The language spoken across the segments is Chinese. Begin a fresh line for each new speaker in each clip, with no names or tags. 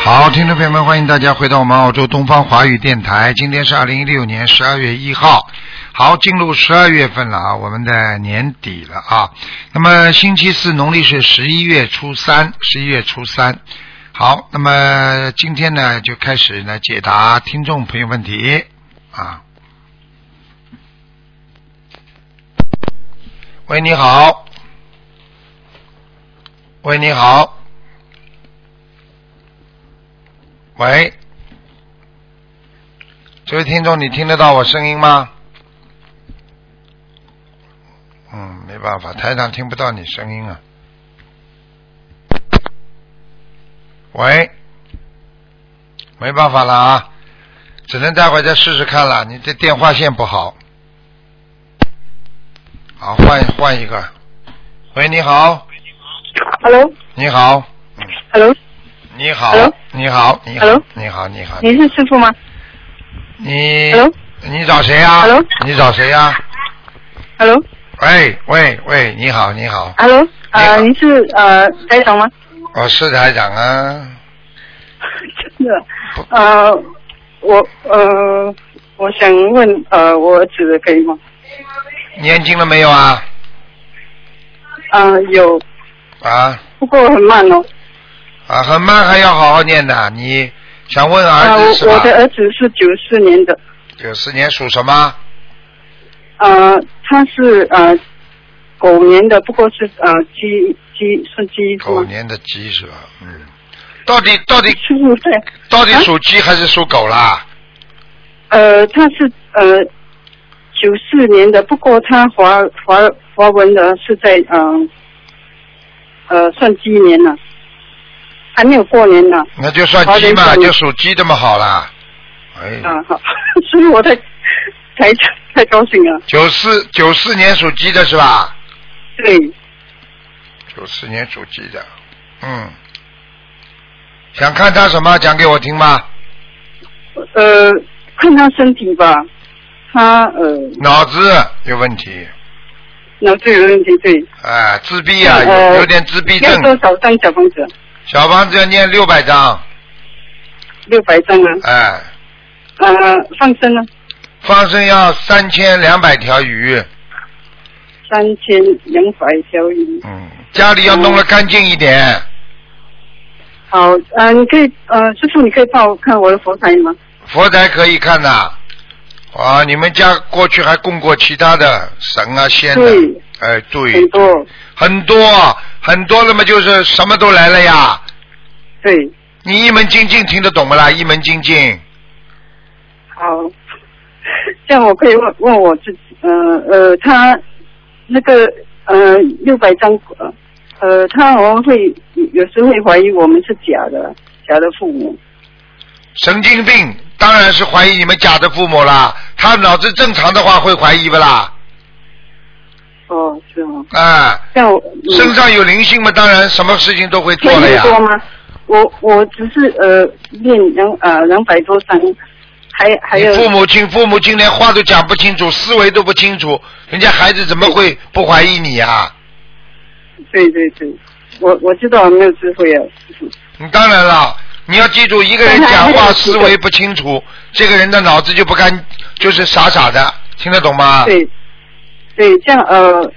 好，听众朋友们，欢迎大家回到我们澳洲东方华语电台。今天是二零一六年十二月一号，好，进入十二月份了啊，我们的年底了啊。那么星期四，农历是十一月初三，十一月初三。好，那么今天呢，就开始呢解答听众朋友问题啊。喂，你好。喂，你好。喂，这位听众，你听得到我声音吗？嗯，没办法，台长听不到你声音啊。喂，没办法了啊，只能待会儿再试试看了。你这电话线不好，好换换一个。喂，你好，
Hello，Hello，
你好，你好
Hello？，
你好，你好
Hello？，
你好，你好，
你是师傅吗
你
Hello？
你找谁呀、
Hello？
你找谁呀、喂喂喂，你好你好，
？Hello，Hello，
你好
呃，您是呃台长吗？
我哦是台长啊。
真的，呃，我呃，我想问呃，我儿子可以吗？
念经了没有啊？
呃，有，
啊
不过很慢哦。
啊，很慢，还要好好念的。啊你想问
啊、
儿子是
我我的
吧？
儿子是九四年的，
九四年属什么？
呃，他是呃狗年的，不过是呃鸡鸡算鸡是
狗
吗？
年的鸡是吧？嗯，到底到底
师傅对，
到底
啊
属鸡还是属狗啦？
呃，他是呃九四年的，不过他华华华文的是在嗯呃算鸡年了，还没有过年呢。
那就算鸡嘛，
好的
就属鸡这么好啦。哎，
啊，好， 所以我在才太高兴了。
九四九四年属鸡的是吧？
对，
九四年属鸡的，嗯，想看他什么？讲给我听吧。
呃，看他身体吧，他呃
脑子有问题，
脑子有问题，对，
哎，自闭啊，
呃
有有点自闭
要多
症。
少张小房子？
小房子要念六百张，
六百张啊，
哎，
呃，放生呢？
放生要三千两百条鱼，
三千两百条鱼。
嗯，家里要弄得干净一点。
好，呃，你可以，呃，师傅，你可以帮我看我的佛台吗？
佛台可以看呐、啊，你们家过去还供过其他的神啊仙的
对，
哎，对
很，多，
很多很多了嘛，就是什么都来了呀。
对，
你一门精进听得懂不啦？一门精进，
好， 这样我可以问问我自己，呃呃，他那个呃六百张，呃呃，他好像会有时会怀疑我们是假的，假的父母，
神经病当然是怀疑你们假的父母啦。他脑子正常的话会怀疑不啦？
哦，是吗？
啊、
这样我、嗯、
身上有灵性嘛，当然什么事情都会做
可
了
以
呀。
多吗？我我只是呃练两呃两百多张，还还
你
有
父母亲，父母亲连话都讲不清楚，思维都不清楚，人家孩子怎么会
嗯
不怀疑你呀、
对对对，我我知道没有智慧啊，师傅。
你当然了，你要记住，一个人讲 话思维不清楚，这个人的脑子就不干，就是傻傻的，听得懂吗？
对，对，这样呃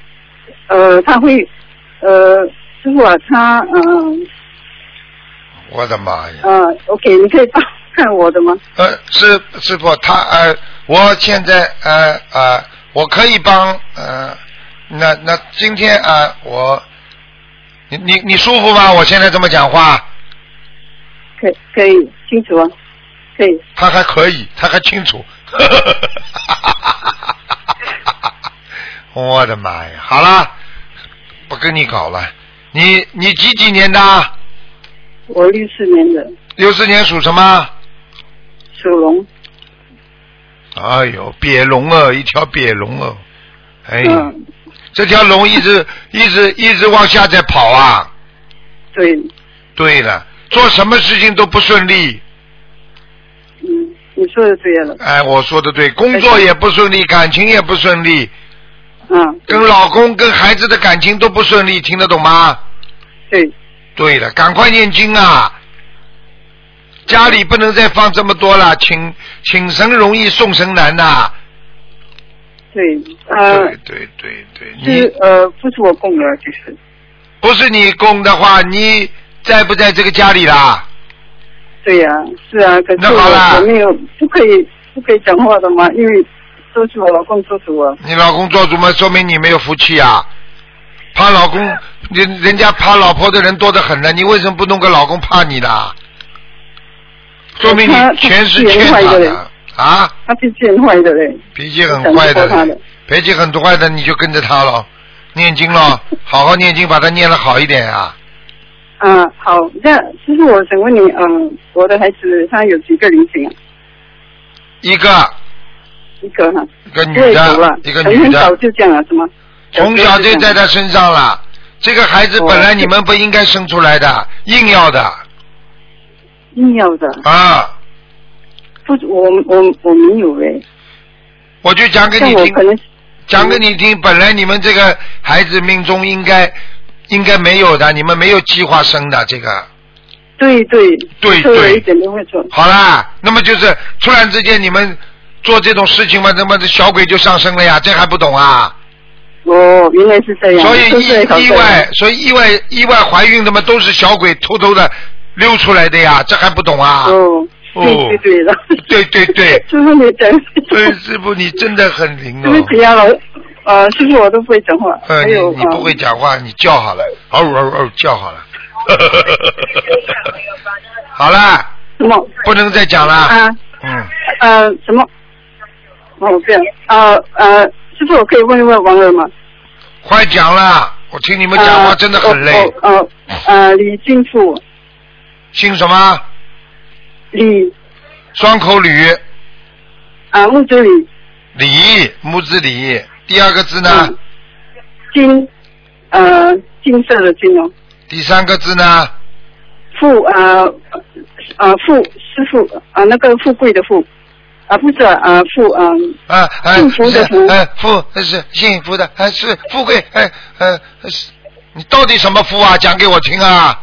呃，他会呃，师傅啊，他呃
我的妈呀！
呃，OK，你可以帮看我的吗？
呃，师师傅，他呃，我现在呃呃，我可以帮呃，那那今天啊、呃我你你你舒服吗？我现在这么讲话，
可以可以清楚啊，可以
他还可以，他还清楚。 我的妈呀！好了，不跟你搞了。你你几几年的？
我六四年的
六四年属什么？
属龙，
哎呦，瘪龙哦，一条瘪龙哦，哎，
嗯、
这条龙一直一直一直往下在跑啊。
对，
对了，做什么事情都不顺利，
嗯，你说的对了，
哎，我说的对，工作也不顺利，感情也不顺利，
嗯，
跟老公跟孩子的感情都不顺利，听得懂吗？
对，
对了，赶快念经啊！家里不能再放这么多了，请请神容易送神难呐、
对，呃
对，对对对，你
是呃，不是我供的，就是
不是你供的话，你在不在这个家里啦？
对呀、是啊，可
那
是
好啦
我我没有不可以不可以讲话的嘛，因为都是我老公做主啊。
你老公做主嘛，说明你没有福气啊。怕老公，人人家怕老婆的人多得很呢，你为什么不弄个老公怕你的？说明
他
你前世欠
他是
他
个人坏
的啊，
他脾气很坏的嘞，
脾气很坏
想不透他
的
的，
脾气很坏的，你就跟着他了，念经了，好好念经，把它念得好一点啊。
嗯、好，那其实我想问你，嗯、我的孩子他有几个灵性啊？
一个
一个哈，
一个女
我也有
的
了，，
一个
很
女
很早
的，
就这样了，是吗？
从小就在他身上了。这个孩子
哦
本来你们不应该生出来的，硬要的
硬要的，
啊！
不，我我我没有哎，
我就讲给
像
你
我
听
可，能
讲给你听，本来你们这个孩子命中应该应该没有的，你们没有计划生的这个。
对对
对
稍
对
微一点都会错，
好啦，那么就是突然之间你们做这种事情嘛，那么这小鬼就上升了呀，这还不懂啊？
哦，原来是这样，
所以
都是搞
意
这
意
样
外，所以意外意外怀孕的嘛，都是小鬼偷偷的溜出来的呀，这还不懂啊？
哦，
哦
对对对了，
对对 对哦
师傅你讲，
所以师傅你真的很灵
对
哦
不。起啊，老，呃，师傅我都不会讲话，
呃，
还
你
有啊
你不会，讲话，你叫好了，嗷呜嗷呜嗷呜叫好了。 好啦，
呃什么
不能再讲了。
啊
嗯，
呃什么，哦这样，呃呃，师傅我可以问一问王人吗？
快讲啦！我听你们讲话
呃
真的很累。
哦哦呃呃，李进富，
姓什么？
李
双口吕，
啊木子李，
李木字李，第二个字呢？
嗯金呃金色的金哦，
第三个字呢？
富啊呃富师傅啊那个富贵的富啊不是啊富嗯。
啊啊
幸福的
是
福
哎福是幸福的，还是富贵？哎呃是，你到底什么富啊？讲给我听啊！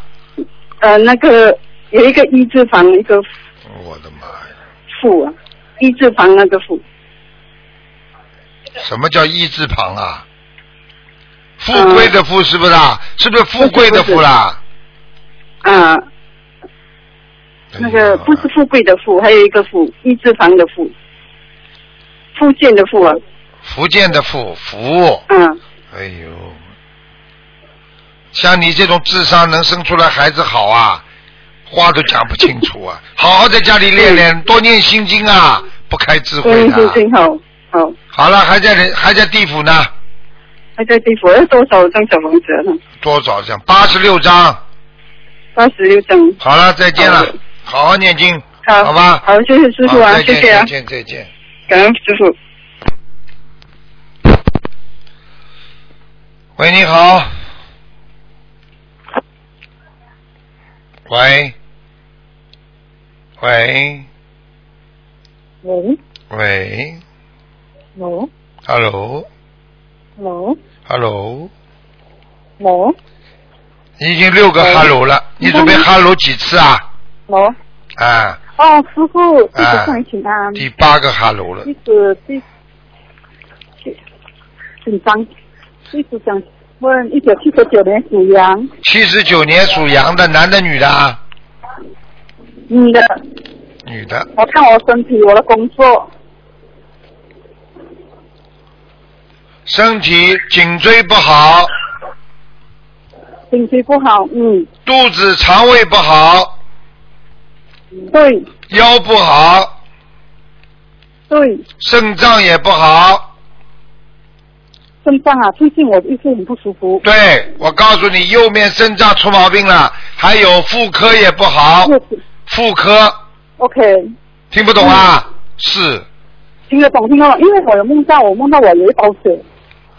呃，那个有一个一字旁，一个
我的妈呀！
富啊，一字旁那个富，
什么叫一字旁啊？
嗯
富贵的富是不是啊？是不是富贵的富啦？
啊，那个
啊
不是富贵的富，还有一个富，一字旁的富，福建的富啊，
福建的富福，
嗯，
哎呦，像你这种智商能生出来孩子好啊，话都讲不清楚 啊！好好在家里练
嗯
练，多念心经啊，不开智
公
慧
益中
的。啊
心好，好，
好了，还在人还在地府呢，
还在地府要多少张小房子啊？
多少张？八十六张。
八十六张，
好了，再见
好
了
的，
好好念经，
好，
好吧？
好，谢谢师傅
好
啊，
再
谢
见
谢啊
再，见，再见。
感恩师傅。
喂，你好。喂，喂，
喂，
喂
喂，
，hello，hello，
喂，喂，
已经六个
喂
hello 了，你准备 hello 几次啊？
喂，
啊，
哦，师傅，弟子
啊
向你请
嗯
安，
第八个 hello 了
弟，子弟弟紧张，弟子想问一九七九年属羊
七十九年属羊的，男的女的啊？
女的，
女的，
我看我身体，我的工作，
身体颈椎不好，
颈椎不好，嗯，
肚子肠胃不好，
对
腰不好，
对，
肾脏也不好。
肾脏啊，最近我一直很不舒服，
对，我告诉你，右面肾脏出毛病了，还有妇科也不好，
日子
妇科
OK，
听不懂啊？是，
听得懂听得懂，因为我有梦到，我梦到我有一包水，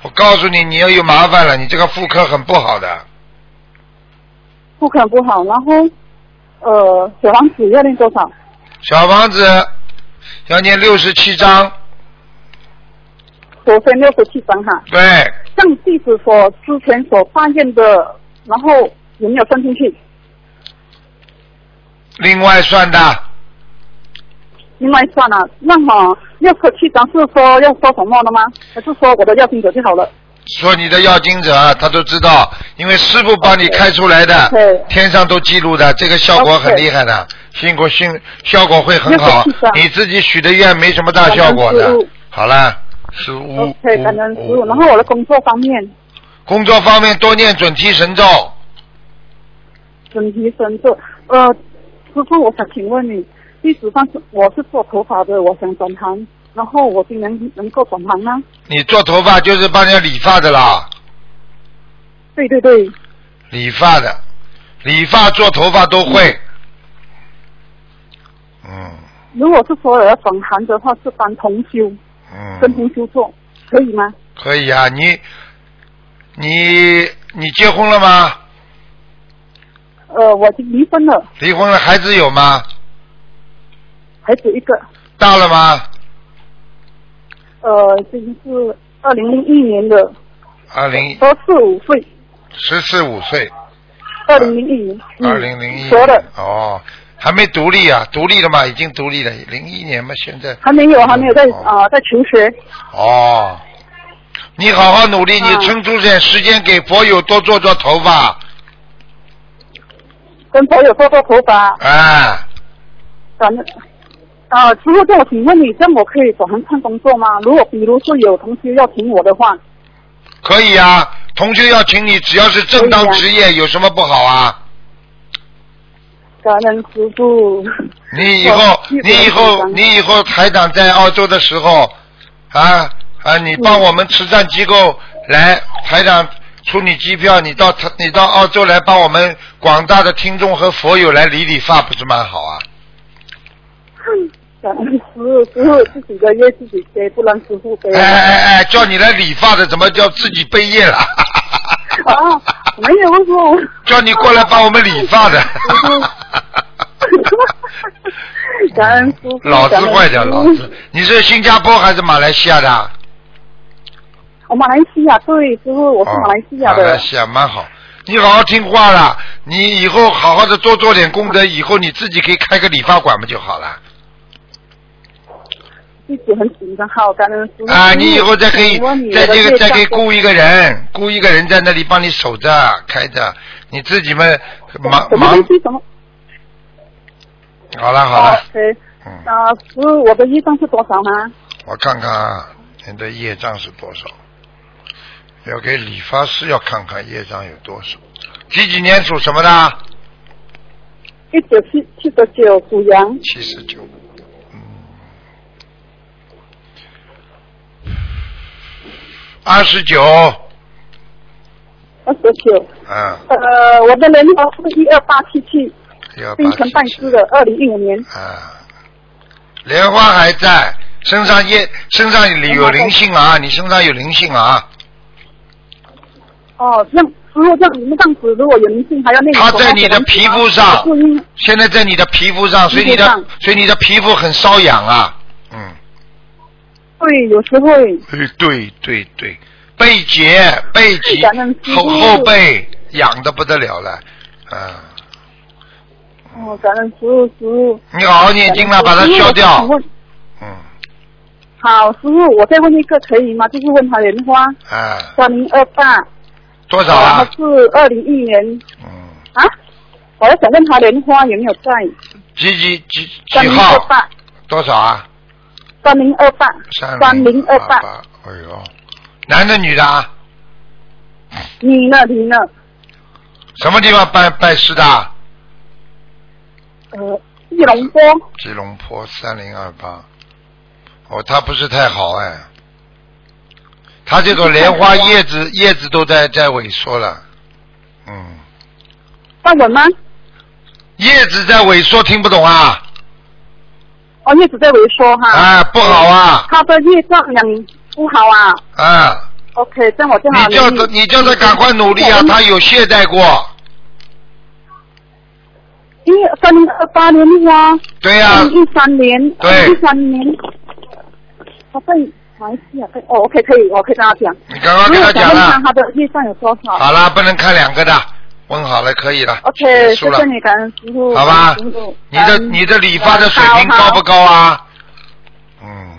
我告诉你，你要有麻烦了，你这个妇科很不好的，
妇科不好，然后呃，小王子要练多少？
小房子要念六十七章，
昨天六十七张哈，
对，
像弟子所之前所发现的，然后有没有算进去？
另外算的，
另外算
啊
了。那么要可去咱是说要说什么的吗？还是说我的要经者就好了？
说你的要经者，他都知道，因为师傅帮你开出来的
OK
天上都记录的，这个效果很
OK
厉害的，辛苦辛效果会很好
哦那个是的。
你自己许的愿没什么大效果的
感恩师父。
好了，是五
OK，感恩师
嗯
傅。然后我的工作方面，
哦工作方面多念准提神咒，
准提神咒，呃，师傅，我想请问你，一直上次我是做头发的，我想转行，然后我今年能够转行吗？
你做头发就是帮人家理发的啦，
对对对，
理发的，理发做头发都会。嗯
如果是说我要转行的话，是当同修，
嗯。
跟同修做，可以吗？
可以啊，你你你结婚了吗？
呃，我已经离婚了，
离婚了，孩子有吗？
还有一个，
大了吗？
呃，这经是二零零一年的，
二零
说四五岁，
十四五岁，
二零零一年，嗯
二零零一
说的，
哦，还没独立啊，独立了嘛，已经独立了，零一年嘛，现在
还没有，还没有在
哦
啊、在求学，
哦，你好好努力，
啊
你抽出点时间给佛友多做做头发，
跟朋友做做头发，
哎，
咱们啊，师傅，这我请问你，这样我可以转行换工作吗？如果比如说有同学要请我的话，
可以啊，同学要请你，只要是正当
可以啊
职业，有什么不好啊？
感恩师傅。
你以后
我，记得
你以
我
后，
记得
你以后台长在澳洲的时候，啊啊，你
嗯
帮我们慈善机构来，台长出你机票，你到他，你到澳洲来帮我们广大的听众和佛友来理理发，不是蛮好啊？
感恩师傅，师傅自己的业自己背，不让师啊傅背。
哎哎哎，叫你来理发的，怎么叫自己背业了？哎
啊，没有师傅。
叫你过来帮我们理发的。
感恩师傅。
老子
感恩
坏掉，
师
老
父
子。，你是新加坡还是马来西亚的啊？
我马来西亚，对，师傅，我是马来西亚
哦马
的
来。西亚蛮好，你好好听话啦，你以后好好的多做点功德，以后你自己可以开个理发馆不就好了？
一直很紧张，好，感恩师傅。
啊，你以后再可以
请问你
在
我的
这
业
个再
障
可以
多
雇一个人，雇一个人在那里帮你守着开着，你自己们忙
什么
忙
东西什么？哦
好了
呃
好了，
OK，
嗯，
啊，师傅，我的业障是多少吗？
我看看啊，你的业障是多少？要给理发师要看看业障有多少。几几年属什么的？
一九七七十九，属羊。
七十九，嗯，二十九，
二十九，
嗯，
呃，我的人头是一二八七七，
幺八
冰城拜师的，二零一五年。
啊，莲花还在，身上业身上有灵性啊，你身上有灵性啊，
哦，那如果这样，你们这样子，如果有灵性，还要那个
它在你的皮肤上
注音
现在在你的皮肤上，所以你
皮肤
的
上
所以你的皮肤很瘙痒啊，嗯，
对，有时会
哎对对对，背节背脊
感恩师
后
父
后背痒的不得了了，啊。
哦，感恩师傅师傅。
你好好念经了，把它消掉。嗯，
好，师傅，我再问一个可以吗？就是问他莲花
啊，
三零二八，
多少
然后
啊？
是二零一年
嗯，
啊，我要想问他莲花有没有在
几几几
三
几
零二
号？
八。
多少啊？
三零二八，
三
零二
八。哎呦，男的女的啊？
你呢？你呢？
什么地方拜拜师的啊？
呃，吉隆坡，
吉隆坡三零二八。哦，他不是太好哎，他这种莲花叶子叶子都在在萎缩了，嗯，
站稳吗？
叶子在萎缩，听不懂啊？
哦，叶子在萎缩哈。
啊，不好啊，
他的业障量不好啊。
啊。
OK，这样我正好
你叫他，你叫他赶快努力啊！他有懈怠过，
一三零呃二八年花，
对呀、
一三年，
对
一三年，他在马来西亚，在哦，OK，可以，我可以跟他讲。
你赶快跟他
我想
讲
问
了
看。他的业障有多少
好了，不能看两个的，问好了可以了。
？OK，
结束
谢嗯
了
谢，你，感恩师傅，
好吧
感恩师傅？
你的
感恩
你的理发的水平
好好
高不高啊？嗯
嗯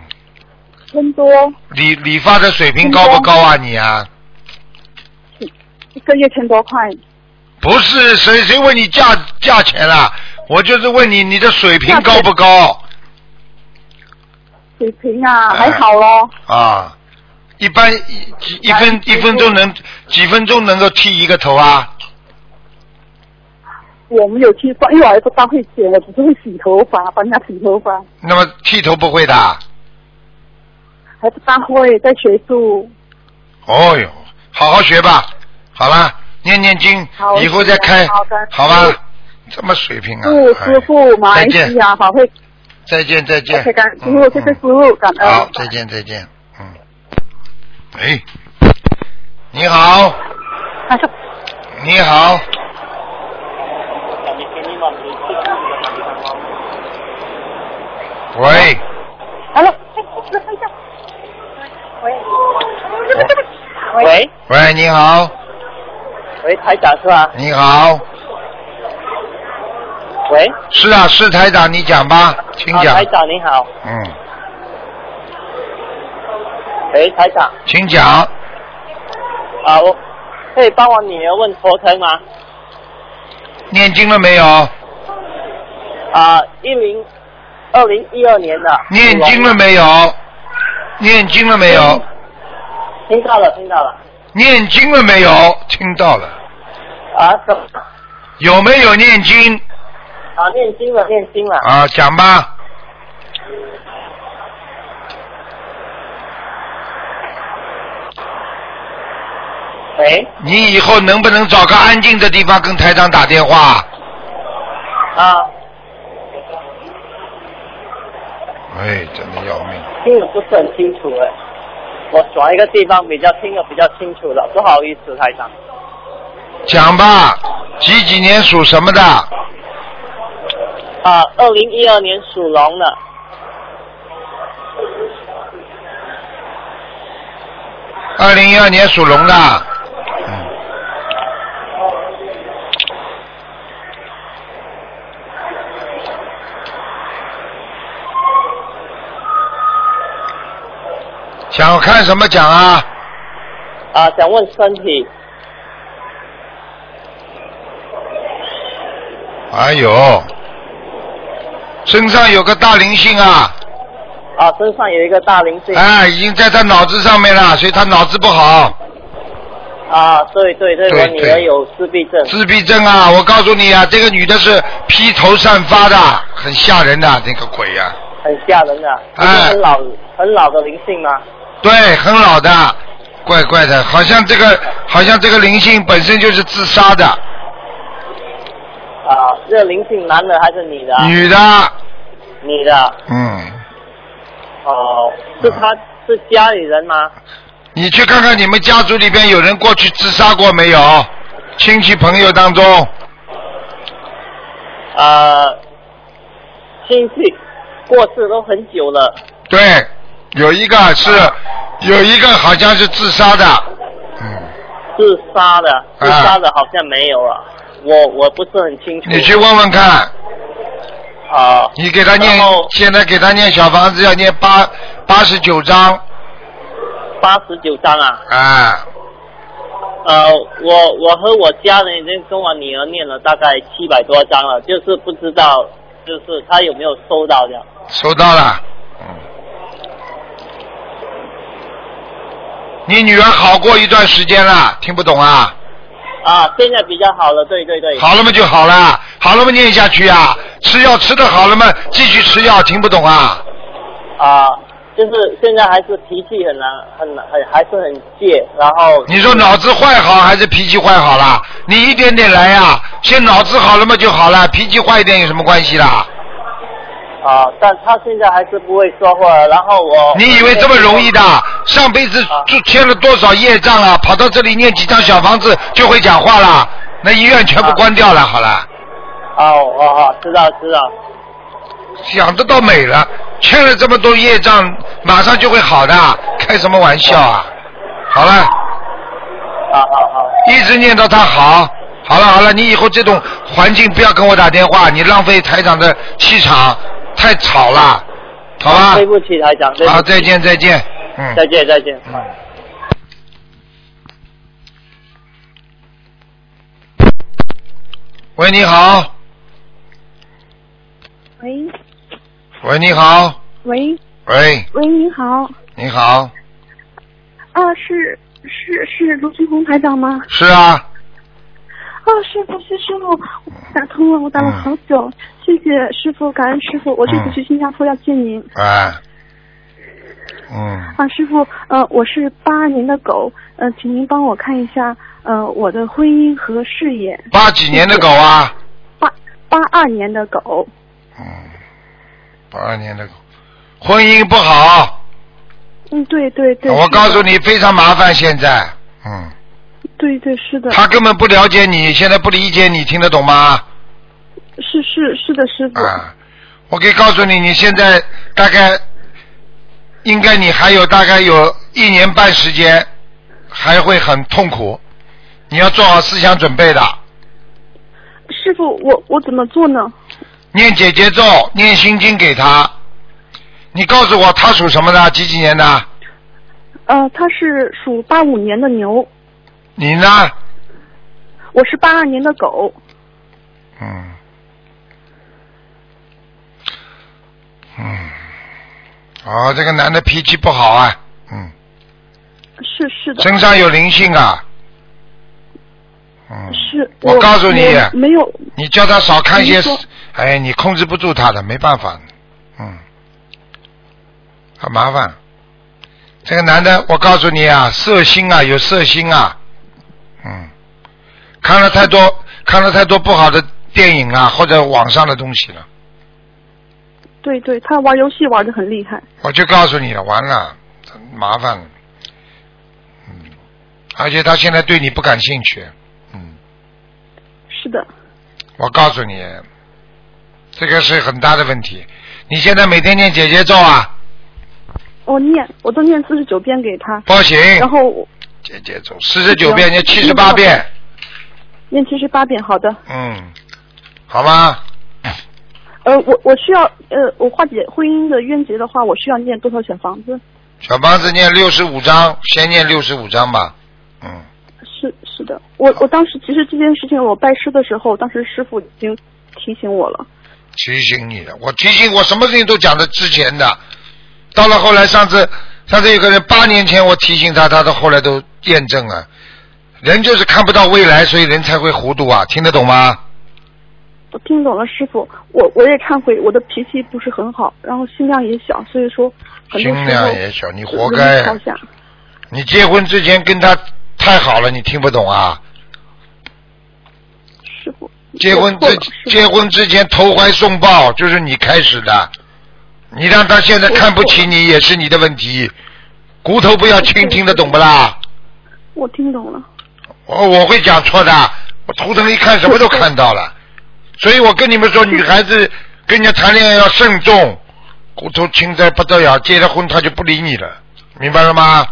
千多，
理理发的水平高不高啊你啊？
一个月千多块。
不是谁谁问你价价钱啦？我就是问你你的水平高不高
水平啊，
哎
还好咯。
啊？一般一几一分一分钟能几分钟能够剃一个头啊？
我没有去算，因为我还不大会剪，我只是会洗头发，帮人家洗头发，
那么剃头不会的啊？
还不大会，在学术。
哦哟，好好学吧，好啦，念念经
好，
以后再开，
好的
好吧？这么水平啊！
是
哎
师傅，马来
再见
西亚法会
再见再见。
，OK，感恩师
嗯
傅，谢谢
嗯
师傅，感恩。
好，再见再见，嗯。哎，你好，
啊
他说
你好，喂，
：“Hello。”喂，喂，
喂
喂，你好，
喂，台长是吧？
你好，
喂，
是啊，是台长，你讲吧，请
啊，
讲
台，长你好，
嗯，
喂，台长
请讲，
啊，我可以帮我女儿问头疼吗？
念经了没有？
啊，一零二零一二年的
念经了没有？念经了没有？
听到了，听到了
念经了没有？听到了，
啊，什么
有没有念经？
啊？念经了，念经了
啊，讲吧，
喂，
你以后能不能找个安静的地方跟台长打电话？
啊，
哎，真的要命！
听得不是很清楚哎，我转一个地方比较听得比较清楚了，不好意思，台长。
讲吧，几几年属什么的？
啊，二零一二年属龙的，
二零一二年属龙的。嗯。想看什么讲啊？
啊，想问身体
哎呦，身上有个大灵性啊！
啊，身上有一个大灵性。
哎，已经在他脑子上面了，所以他脑子不好，
啊，对对对，
对
我女儿
对
有自闭症。
自闭症啊！我告诉你啊，这个女的是披头散发的，很吓人的、那个鬼啊呀、
很吓人的，
哎
就是很老、很老的灵性吗？
对，很老的，怪怪的，好像这个好像这个灵性本身就是自杀的，
啊，这个灵性男的还是女的啊？
女的，
女的。
嗯，
哦，是他
啊
是家里人吗？
你去看看你们家族里边有人过去自杀过没有？亲戚朋友当中，
呃，亲戚过世都很久了。
对，有一个是
啊
有一个好像是自杀的，嗯，
自杀的，
啊
自杀的好像没有了，我我不是很清楚。
你去问问看，
啊，
你给他念
然后，
现在给他念小房子要念八八十九章，
八十九章啊，
啊，
呃，我我和我家人已经跟我女儿念了大概七百多章了，就是不知道，就是她有没有收到这样。
收到了，嗯，你女儿好过一段时间了，听不懂啊？
啊，现在比较好了，对对对。
好了嘛就好了，好了嘛念下去啊，吃药吃的好了嘛继续吃药，听不懂啊？
啊，就是现在还是脾气很难，很难很还是很倔，然后
你说脑子坏好还是脾气坏好啦？你一点点来呀、先脑子好了嘛就好了，脾气坏一点有什么关系啦？
啊，但他现在还是不会说话，然后我
你以为这么容易的？上辈子就欠了多少业障啊？跑到这里念几张小房子就会讲话啦？那医院全部关掉了，好了。
哦哦哦，知道知道，
想得到美了，欠了这么多业障，马上就会好的，开什么玩笑啊！好了，
好啊好好，
一直念到他好，好了好了，你以后这种环境不要跟我打电话，你浪费台长的气场，太吵了，好吧
对不起，台长。对不起
好，再。见再见，嗯，
再见，再见。
喂，你好，
喂
喂，你好，
喂
喂，
喂，你好，
你好，
啊，是是是卢俊红台长吗？
是啊，
啊，师傅是师傅，我打通了，我打了好久，
嗯
谢谢师傅，感恩师傅，我这次去新加坡要见您。
哎，嗯，
啊，师傅，呃，我是八年的狗，呃，请您帮我看一下，呃，我的婚姻和事业。
八几年的狗啊，
八八二年的狗，
嗯，八二年的狗，婚姻不好，
嗯，对对对。
我
是的
告诉。你非常麻烦，现在，嗯，
对对，是的，
他根本不了解你，现在不理解你，听得懂吗？
是是是的，师傅。
啊，我可以告诉你，你现在大概应该你还有大概有一年半时间，还会很痛苦，你要做好思想准备的。
师傅，我我怎么做呢？
念姐姐咒，念心经给他。你告诉我他属什么的？几几年的？
呃，他是属八五年的牛，
你呢？
我是八二年的狗。
嗯，嗯，哦，这个男的脾气不好啊，嗯，
是是的，
身上有灵性啊，嗯，
是。
我告诉你
我没有
你叫他少看些
你说，
哎，你控制不住他的，没办法，嗯，很麻烦。这个男的，我告诉你啊，色心啊，有色心啊，嗯，看了太多，看了太多不好的电影啊，或者网上的东西了，
对对，他玩游戏玩的很厉害。
我就告诉你了，完了，很麻烦了，嗯，而且他现在对你不感兴趣，嗯，
是的，
我告诉你，这个是很大的问题。你现在每天念姐姐咒啊？
我念，我都念四十九遍给他，
不行，
然后我
姐姐走四十九遍，你七十八遍，
念七十八遍。好的，
嗯，好吗？
呃，我我需要呃，我化解婚姻的冤结的话，我需要念多少小房子？
小房子念六十五章，先念六十五章吧，嗯，
是是的，我我当时其实这件事情我拜师的时候，当时师傅已经提醒我了。
提醒你了，我提醒我什么事情都讲的之前的，到了后来上次上次有个人八年前我提醒他，他到后来都验证了，人就是看不到未来，所以人才会糊涂啊，听得懂吗？
我听懂了，师傅，我我也忏悔，我的脾气不是很好，然后心量也小，所以说很多时候
心量也小你活该啊
容易吵架
你结婚之前跟他太好了，你听不懂啊？
师傅。
结婚
我错
之
了师傅
结婚之前投怀送抱就是你开始的，你让他现在看不起你也是你的问题，骨头不要轻，听得懂不啦？
我听懂了，
我我会讲错的，我图腾一看什么都看到了，所以我跟你们说，女孩子跟人家谈恋爱要慎重，骨头轻在不得了，结了婚他就不理你了，明白了吗？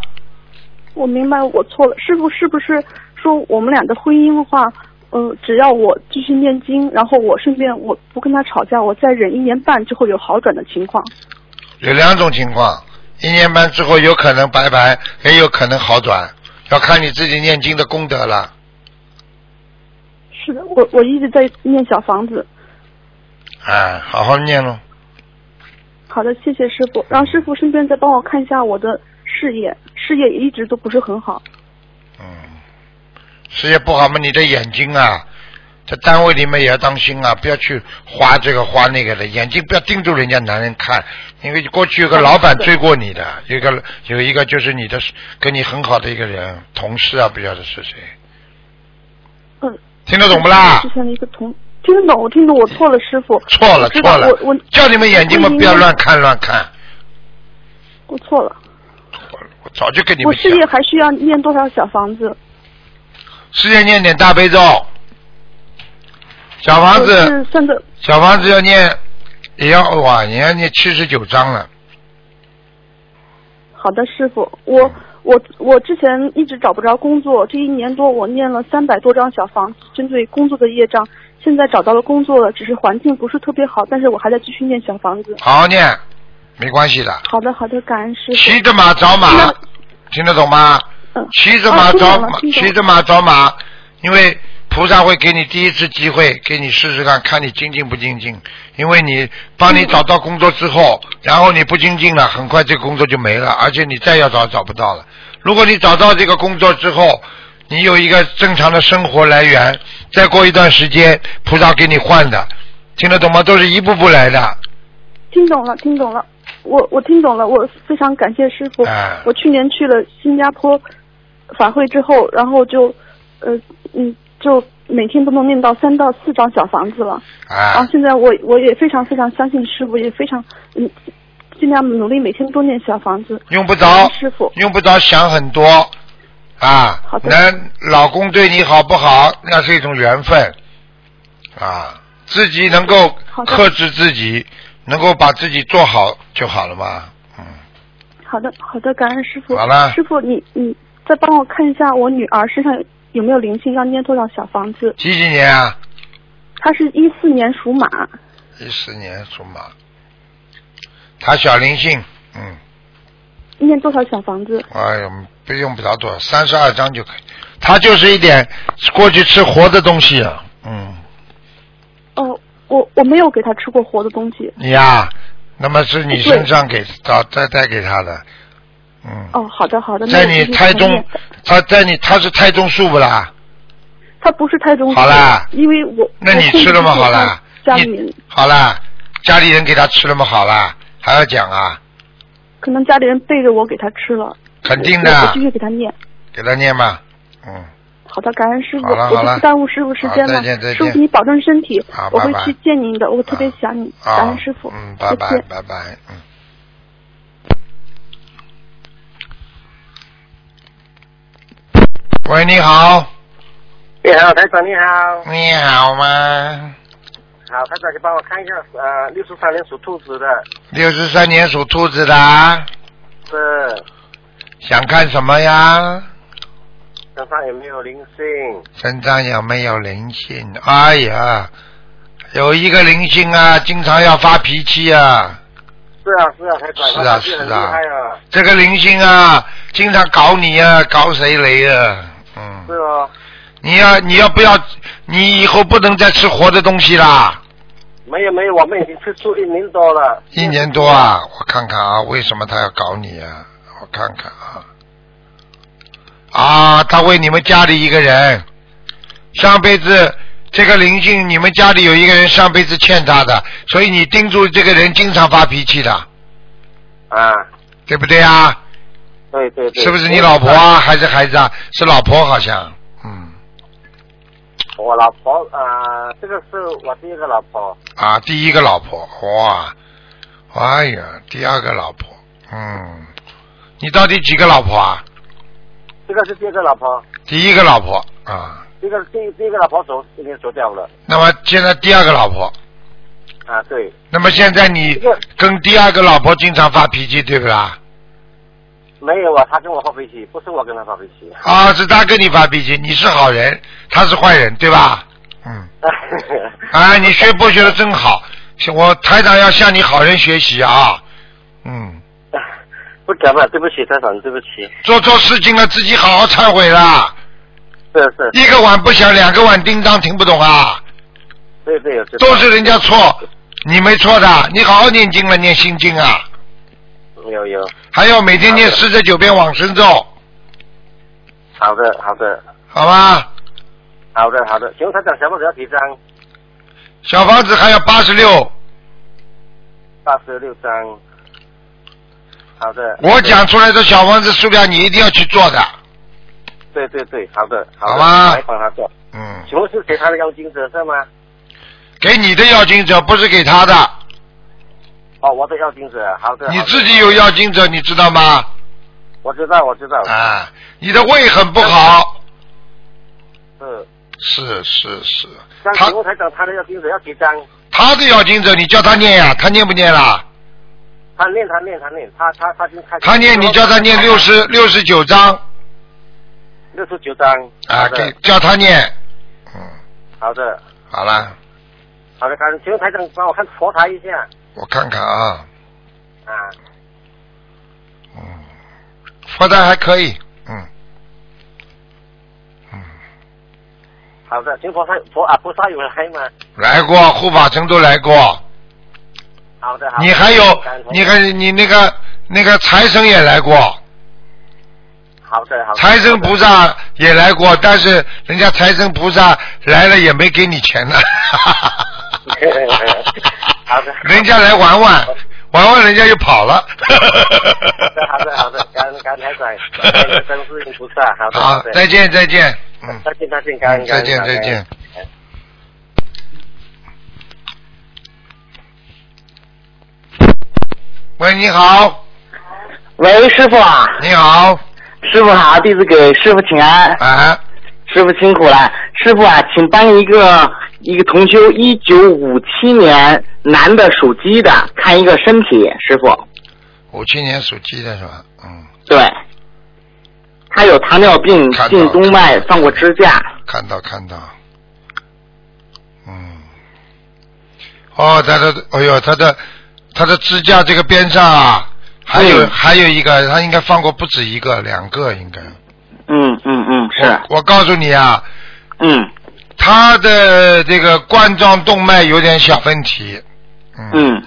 我明白我错了，师傅是不是说我们俩的婚姻的话，呃，只要我继续念经，然后我顺便我不跟他吵架，我再忍一年半就会有好转的情况。
有两种情况，一年半之后有可能拜拜，也有可能好转，要看你自己念经的功德了。
是的，我我一直在念小房子。
哎，好好念喽。
好的，谢谢师傅。然后师傅顺便再帮我看一下我的事业，事业一直都不是很好。
嗯，事业不好嘛，你的眼睛啊，在单位里面也要当心啊，不要去花这个花那个的，眼睛不要盯住人家男人看，因为过去有个老板追过你的，有一个有一个就是你的跟你很好的一个人同事啊，不晓得是谁，
嗯，
听得懂不啦
之？前的一个同听得懂，我听懂，我错了，师傅。
错了
我知
错
道
了
我我，
叫你们眼睛嘛
我应
不
该
要乱看乱看，
我错了。
错了我早就跟你
我
们
事
讲，
业还需要念多少小房子？
事业念点大悲咒，小房
我
子
是算的，
小房子要念，也要哇，也要念七十九章了。
好的，师傅，我我我之前一直找不着工作，这一年多我念了三百多张小房子，针对工作的业障。现在找到了工作了，只是环境不是特别好，但是我还在继续念小房子。
好好念，没关系的。
好的，好的，感恩师傅。
骑着马找马
那，
听得懂吗？
嗯，
骑着马
啊听
找
懂
马
了，听懂
骑
了
着马找马，因为菩萨会给你第一次机会，给你试试看，看你精进不精进。因为你帮你找到工作之后，然后你不精进了，很快这个工作就没了，而且你再要找找不到了。如果你找到这个工作之后，你有一个正常的生活来源，再过一段时间，菩萨给你换的，听得懂吗？都是一步步来的。
听懂了，听懂了，我我听懂了，我非常感谢师傅。
哎
我去年去了新加坡法会之后，然后就呃嗯，就每天都能念到三到四张小房子了。然
啊
后，现在我我也非常非常相信师傅，也非常嗯尽量努力每天多念小房子。
用不着，
师傅
用不着想很多啊
好。的
男老公对你好不好，那是一种缘分啊。自己能够
好的
克制自己，能够把自己做好就好了嘛。嗯，
好的好的，感恩师傅。
好了
师傅你你再帮我看一下我女儿身上有没有灵性，要念多少小房子？
几几年啊？
她是一四年属马，
一四年属马，他小灵性，嗯，
念多少小房子？
哎呦，不用不着多少，三十二张就可以。他就是一点过去吃活的东西啊，嗯。
哦，我我没有给他吃过活的东西。
你呀、那么是你身上给找再带给他的，嗯，
哦，好的好的。那
在
我
你
继续
胎
重
中
念，
他在你他是胎中素不啦？
他不是胎中。
好啦
因为我
那你吃了吗？好啦，
我控制不住他家里
你
面
好啦，家里人给他吃了吗？好啦，还要讲啊？
可能家里人背着我给他吃了。
肯定
我我
的
继，续给他念。
给他念嘛，嗯，
好的，感恩师傅，
好了
我
好了
就不耽误师傅时间
好再
了。
见再见
师傅，你保重身体
好，
我会
拜拜
去见您的，我特别想你，
啊，
感恩师傅。
嗯，拜拜
再见
拜拜，嗯。喂，你好，
你好，台长，你好。
你好吗？
好，台长，你帮我看一下，呃，六十三年属兔子的，
六十三年属兔子的啊，
是
想看什么呀？
身上有没有灵性？
身上有没有灵性？哎呀，有一个灵性啊，经常要发脾气啊。
是啊，是啊，台长，
是啊
他脾气很
是啊
厉害啊，
这个灵性啊，经常搞你啊，搞谁雷啊？
是
嗯，
哦，
你要你要不要？你以后不能再吃活的东西啦。
没有没有，我们已经吃素一年多了，
一年多啊，我看看啊，为什么他要搞你啊？我看看啊，啊，他为你们家里一个人，上辈子这个灵性，你们家里有一个人上辈子欠他的，所以你盯住这个人经常发脾气的，
啊，
对不对啊？
对对对，
是不是你老婆啊，还是孩子啊？是老婆好像，嗯，
我老婆啊、呃这个是我第一个老婆，
啊，第一个老婆，哇，哎呀，第二个老婆，嗯，你到底几个老婆啊？
这个是第二个老婆，
第一个老婆啊。
这个第第一个老婆走已经走掉了，
那么现在第二个老婆，
啊，对，
那么现在你跟第二个老婆经常发脾气，对不啦？
没有啊，他跟我发脾气，不是我跟他发脾气，
啊，是他跟你发脾气，你是好人，他是坏人，对吧？嗯，啊，你学佛学的真好，我台长要向你好人学习啊。嗯，
不敢了，对不起，台长，对不起，
做错事情了，自己好好忏悔啦。
是是，
一个碗不响，两个碗叮当，听不懂啊？
对对，有知道
都是人家错，你没错的，你好好念经了，念心经啊，
有有，
还要每天念
好的
四十九遍往生咒，
好的好的
好吧？
好的好的，请问台长什么时候要几张？
小房子还有八十六，
八十六张。好的。
我讲出来的小房子数量你一定要去做的。
对对对，好的的，
好吗
来帮他做。
嗯，
请问是给他的邀请者是吗？
给你的要经者不是给他的，
哦，我的邀请者，好的。
你
好的
自己有要经者，你知道吗？
我知道我知道。
啊，你的胃很不好，
是。
是是是，
那
他
请问台长，他的邀请者要几张？
他的要经者，你叫他念呀、他念不念啦？
他念他念他念，他他他已经开始。
他念，你叫他
啊
念六十六十九章
六十九张。
啊，
好的
给叫他念。嗯，
好的
好了，
好的，感谢。请问台长帮我看佛台一下
我看看啊，
啊，
嗯，佛台还可以，嗯，嗯，
好的，请佛山佛啊菩萨有来吗？
来过护法城都来过，
好的，好的
你还有
感恩
你还你那个那个财神也来过，
好的好的，
财神菩萨也来过，但是人家财神菩萨来了也没给你 钱呢，
好的，
人家来玩玩，玩玩人家就 跑了。
好的好的，感恩感恩台长，感恩真是菩萨，好的
好
的，
再见再见，嗯，
再见再见，感恩感
再
恩
见再。
感
见
恩。
喂，你好，
喂，师傅啊，
你好，
师傅好，弟子给师傅请安，
啊，
师傅辛苦了，师傅啊，请帮一个一个同修，一九五七年男的属鸡的，看一个身体，师傅，
五七年属鸡的是吧？嗯，
对，他有糖尿病
看到、
颈动脉放过支架，
看到看到，嗯，哦，他的，哎呦，他的，他的支架这个边上啊，还有、
嗯
还有一个，他应该放过不止一个，两个应该。
嗯嗯嗯，是，
我告诉你啊，
嗯
他的这个冠状动脉有点小问题，嗯，
嗯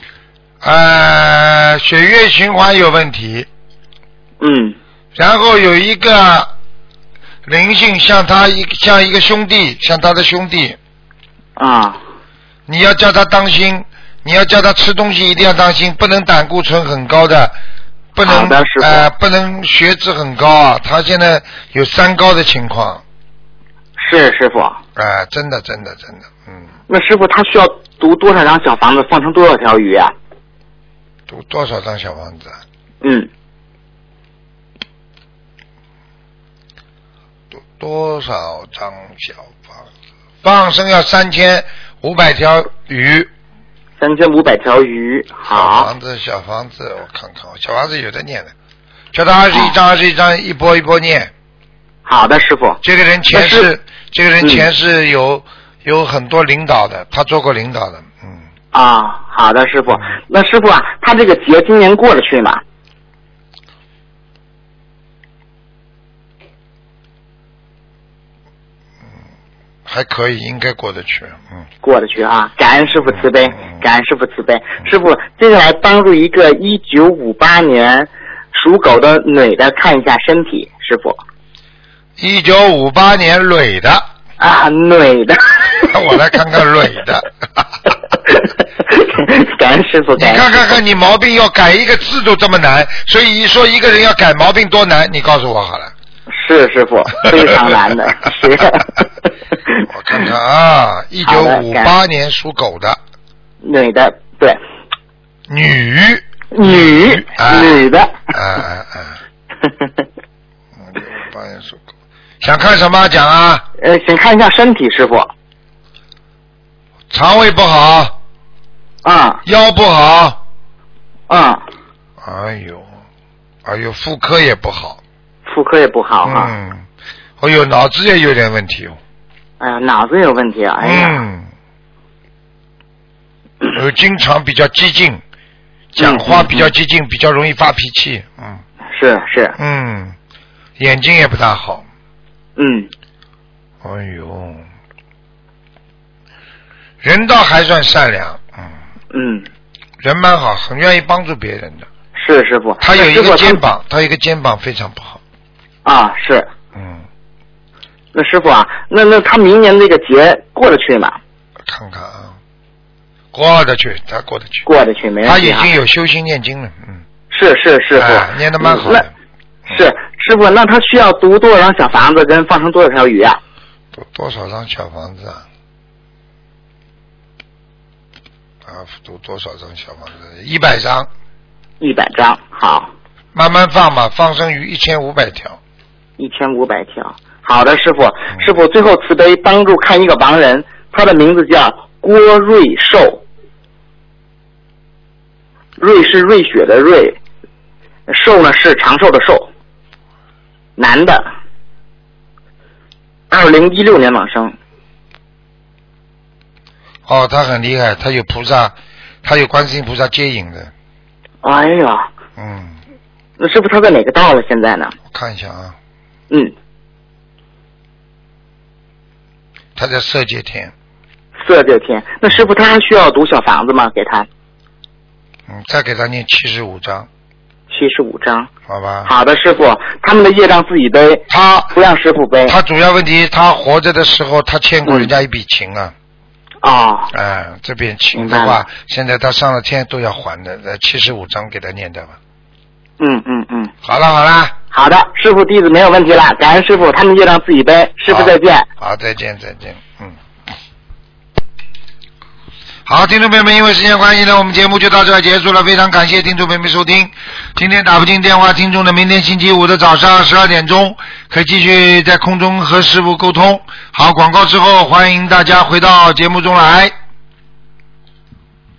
呃，血液循环有问题，
嗯
然后有一个灵性像他一像一个兄弟，像他的兄弟，
啊，
你要叫他当心，你要叫他吃东西一定要当心，不能胆固醇很高的，不能
好的师傅
呃不能血脂很高啊，他现在有三高的情况，啊、
是师傅，
真的真的真的，嗯，
那师傅他需要读多少张小房子，放成多少条鱼啊？
多多少张小房子啊？
嗯，
多多少张小房子？放生要三千五百条鱼，
三千五百条鱼，
小
好
房，子小房子，我看看，小房子有的念的，叫他二十一张二十一张一波一波念。
好的，师傅，
这个人前
但
世
是，
这个人
嗯
前世有、有很多领导的，他做过领导的，嗯，
啊，好的，师傅。那师傅啊，他这个节今年过得去吗？
还可以，应该过得去，嗯，
过得去啊！感恩师傅慈悲
嗯，
感恩师傅慈悲。师傅，接下来帮助一个一九五八年属狗的女的看一下身体，师傅
一九五八年蕊的，。
啊，女的
我来看看蕊的
感恩师傅，
你
感恩
看
师
看看，你毛病要改一个字都这么难，所以一说一个人要改毛病多难，你告诉我好了。。
傅是师傅，哦非常难的， 是
我看看啊，一九
好的
五
感
八年属狗的
女的，对，
女，
女
啊
女的，
啊啊啊， 一九五八年属狗，想看什么讲啊？
呃，请看一下身体，师傅
肠胃不好，
啊
腰不好，
啊，
哎呦，哎呦，妇科也不好，
妇科也不好啊。
嗯，哎呦，脑子也有点问题哦，
哎呀，脑子有问题啊！哎呀，
嗯，呃，经常比较激进，
嗯
讲话比较激进，比较容易发脾气，嗯
是是，
嗯，眼睛也不大好，
嗯，
哎呦，人倒还算善良，嗯，
嗯，
人蛮好，很愿意帮助别人的。
是师傅。
他有一
那师
个
傅
肩膀，他有一个肩膀非常不好，
啊，是。
嗯，
那师傅啊，那那他明年这个节过得去吗？
看看啊，过得去，他过得去，
过得去没
他
问题
已
啊。
经有修心念经了，嗯，
是是师傅、
哎念的蛮好
那
的，
是师傅，那他需要读多少张小房子，跟放生多少条鱼啊？
多多少张小房子啊？啊，多多少张小房子？一百张，
一百张，好，
慢慢放吧，放生鱼一千五百条。
一千五百条。好的，师傅，师傅最后慈悲帮助看一个亡人，他的名字叫郭瑞寿，瑞是瑞雪的瑞，寿呢是长寿的寿，男的，二零一六年往生，
哦，他很厉害，他有菩萨，他有观世音菩萨接引的。
哎呀，
嗯，
那师傅他在哪个道了？现在呢？
我看一下啊，
嗯，
他在色界天，
色界天。那师傅他还需要读小房子吗？给他
嗯，再给他念七十五章，
七十五章。
好吧？
好的，师傅，他们的业障自己背，
他
不让师傅背。
他主要问题，他活着的时候他欠过人家一笔情啊，
哦，
哎、这笔情
明
的
白
话
了，
现在他上了天都要还的，呃，七十五章给他念掉吧。
嗯嗯嗯，
好了好了，
好的，师傅弟子没有问题了，感恩师傅，他们业障自己背。师傅
好
再见。
好，再见，再见，嗯。好，听众朋友们，因为时间关系呢，我们节目就到这儿结束了。非常感谢听众朋友们收听。今天打不进电话，听众呢，明天星期五的早上十二点钟可以继续在空中和师傅沟通。好，广告之后，欢迎大家回到节目中来。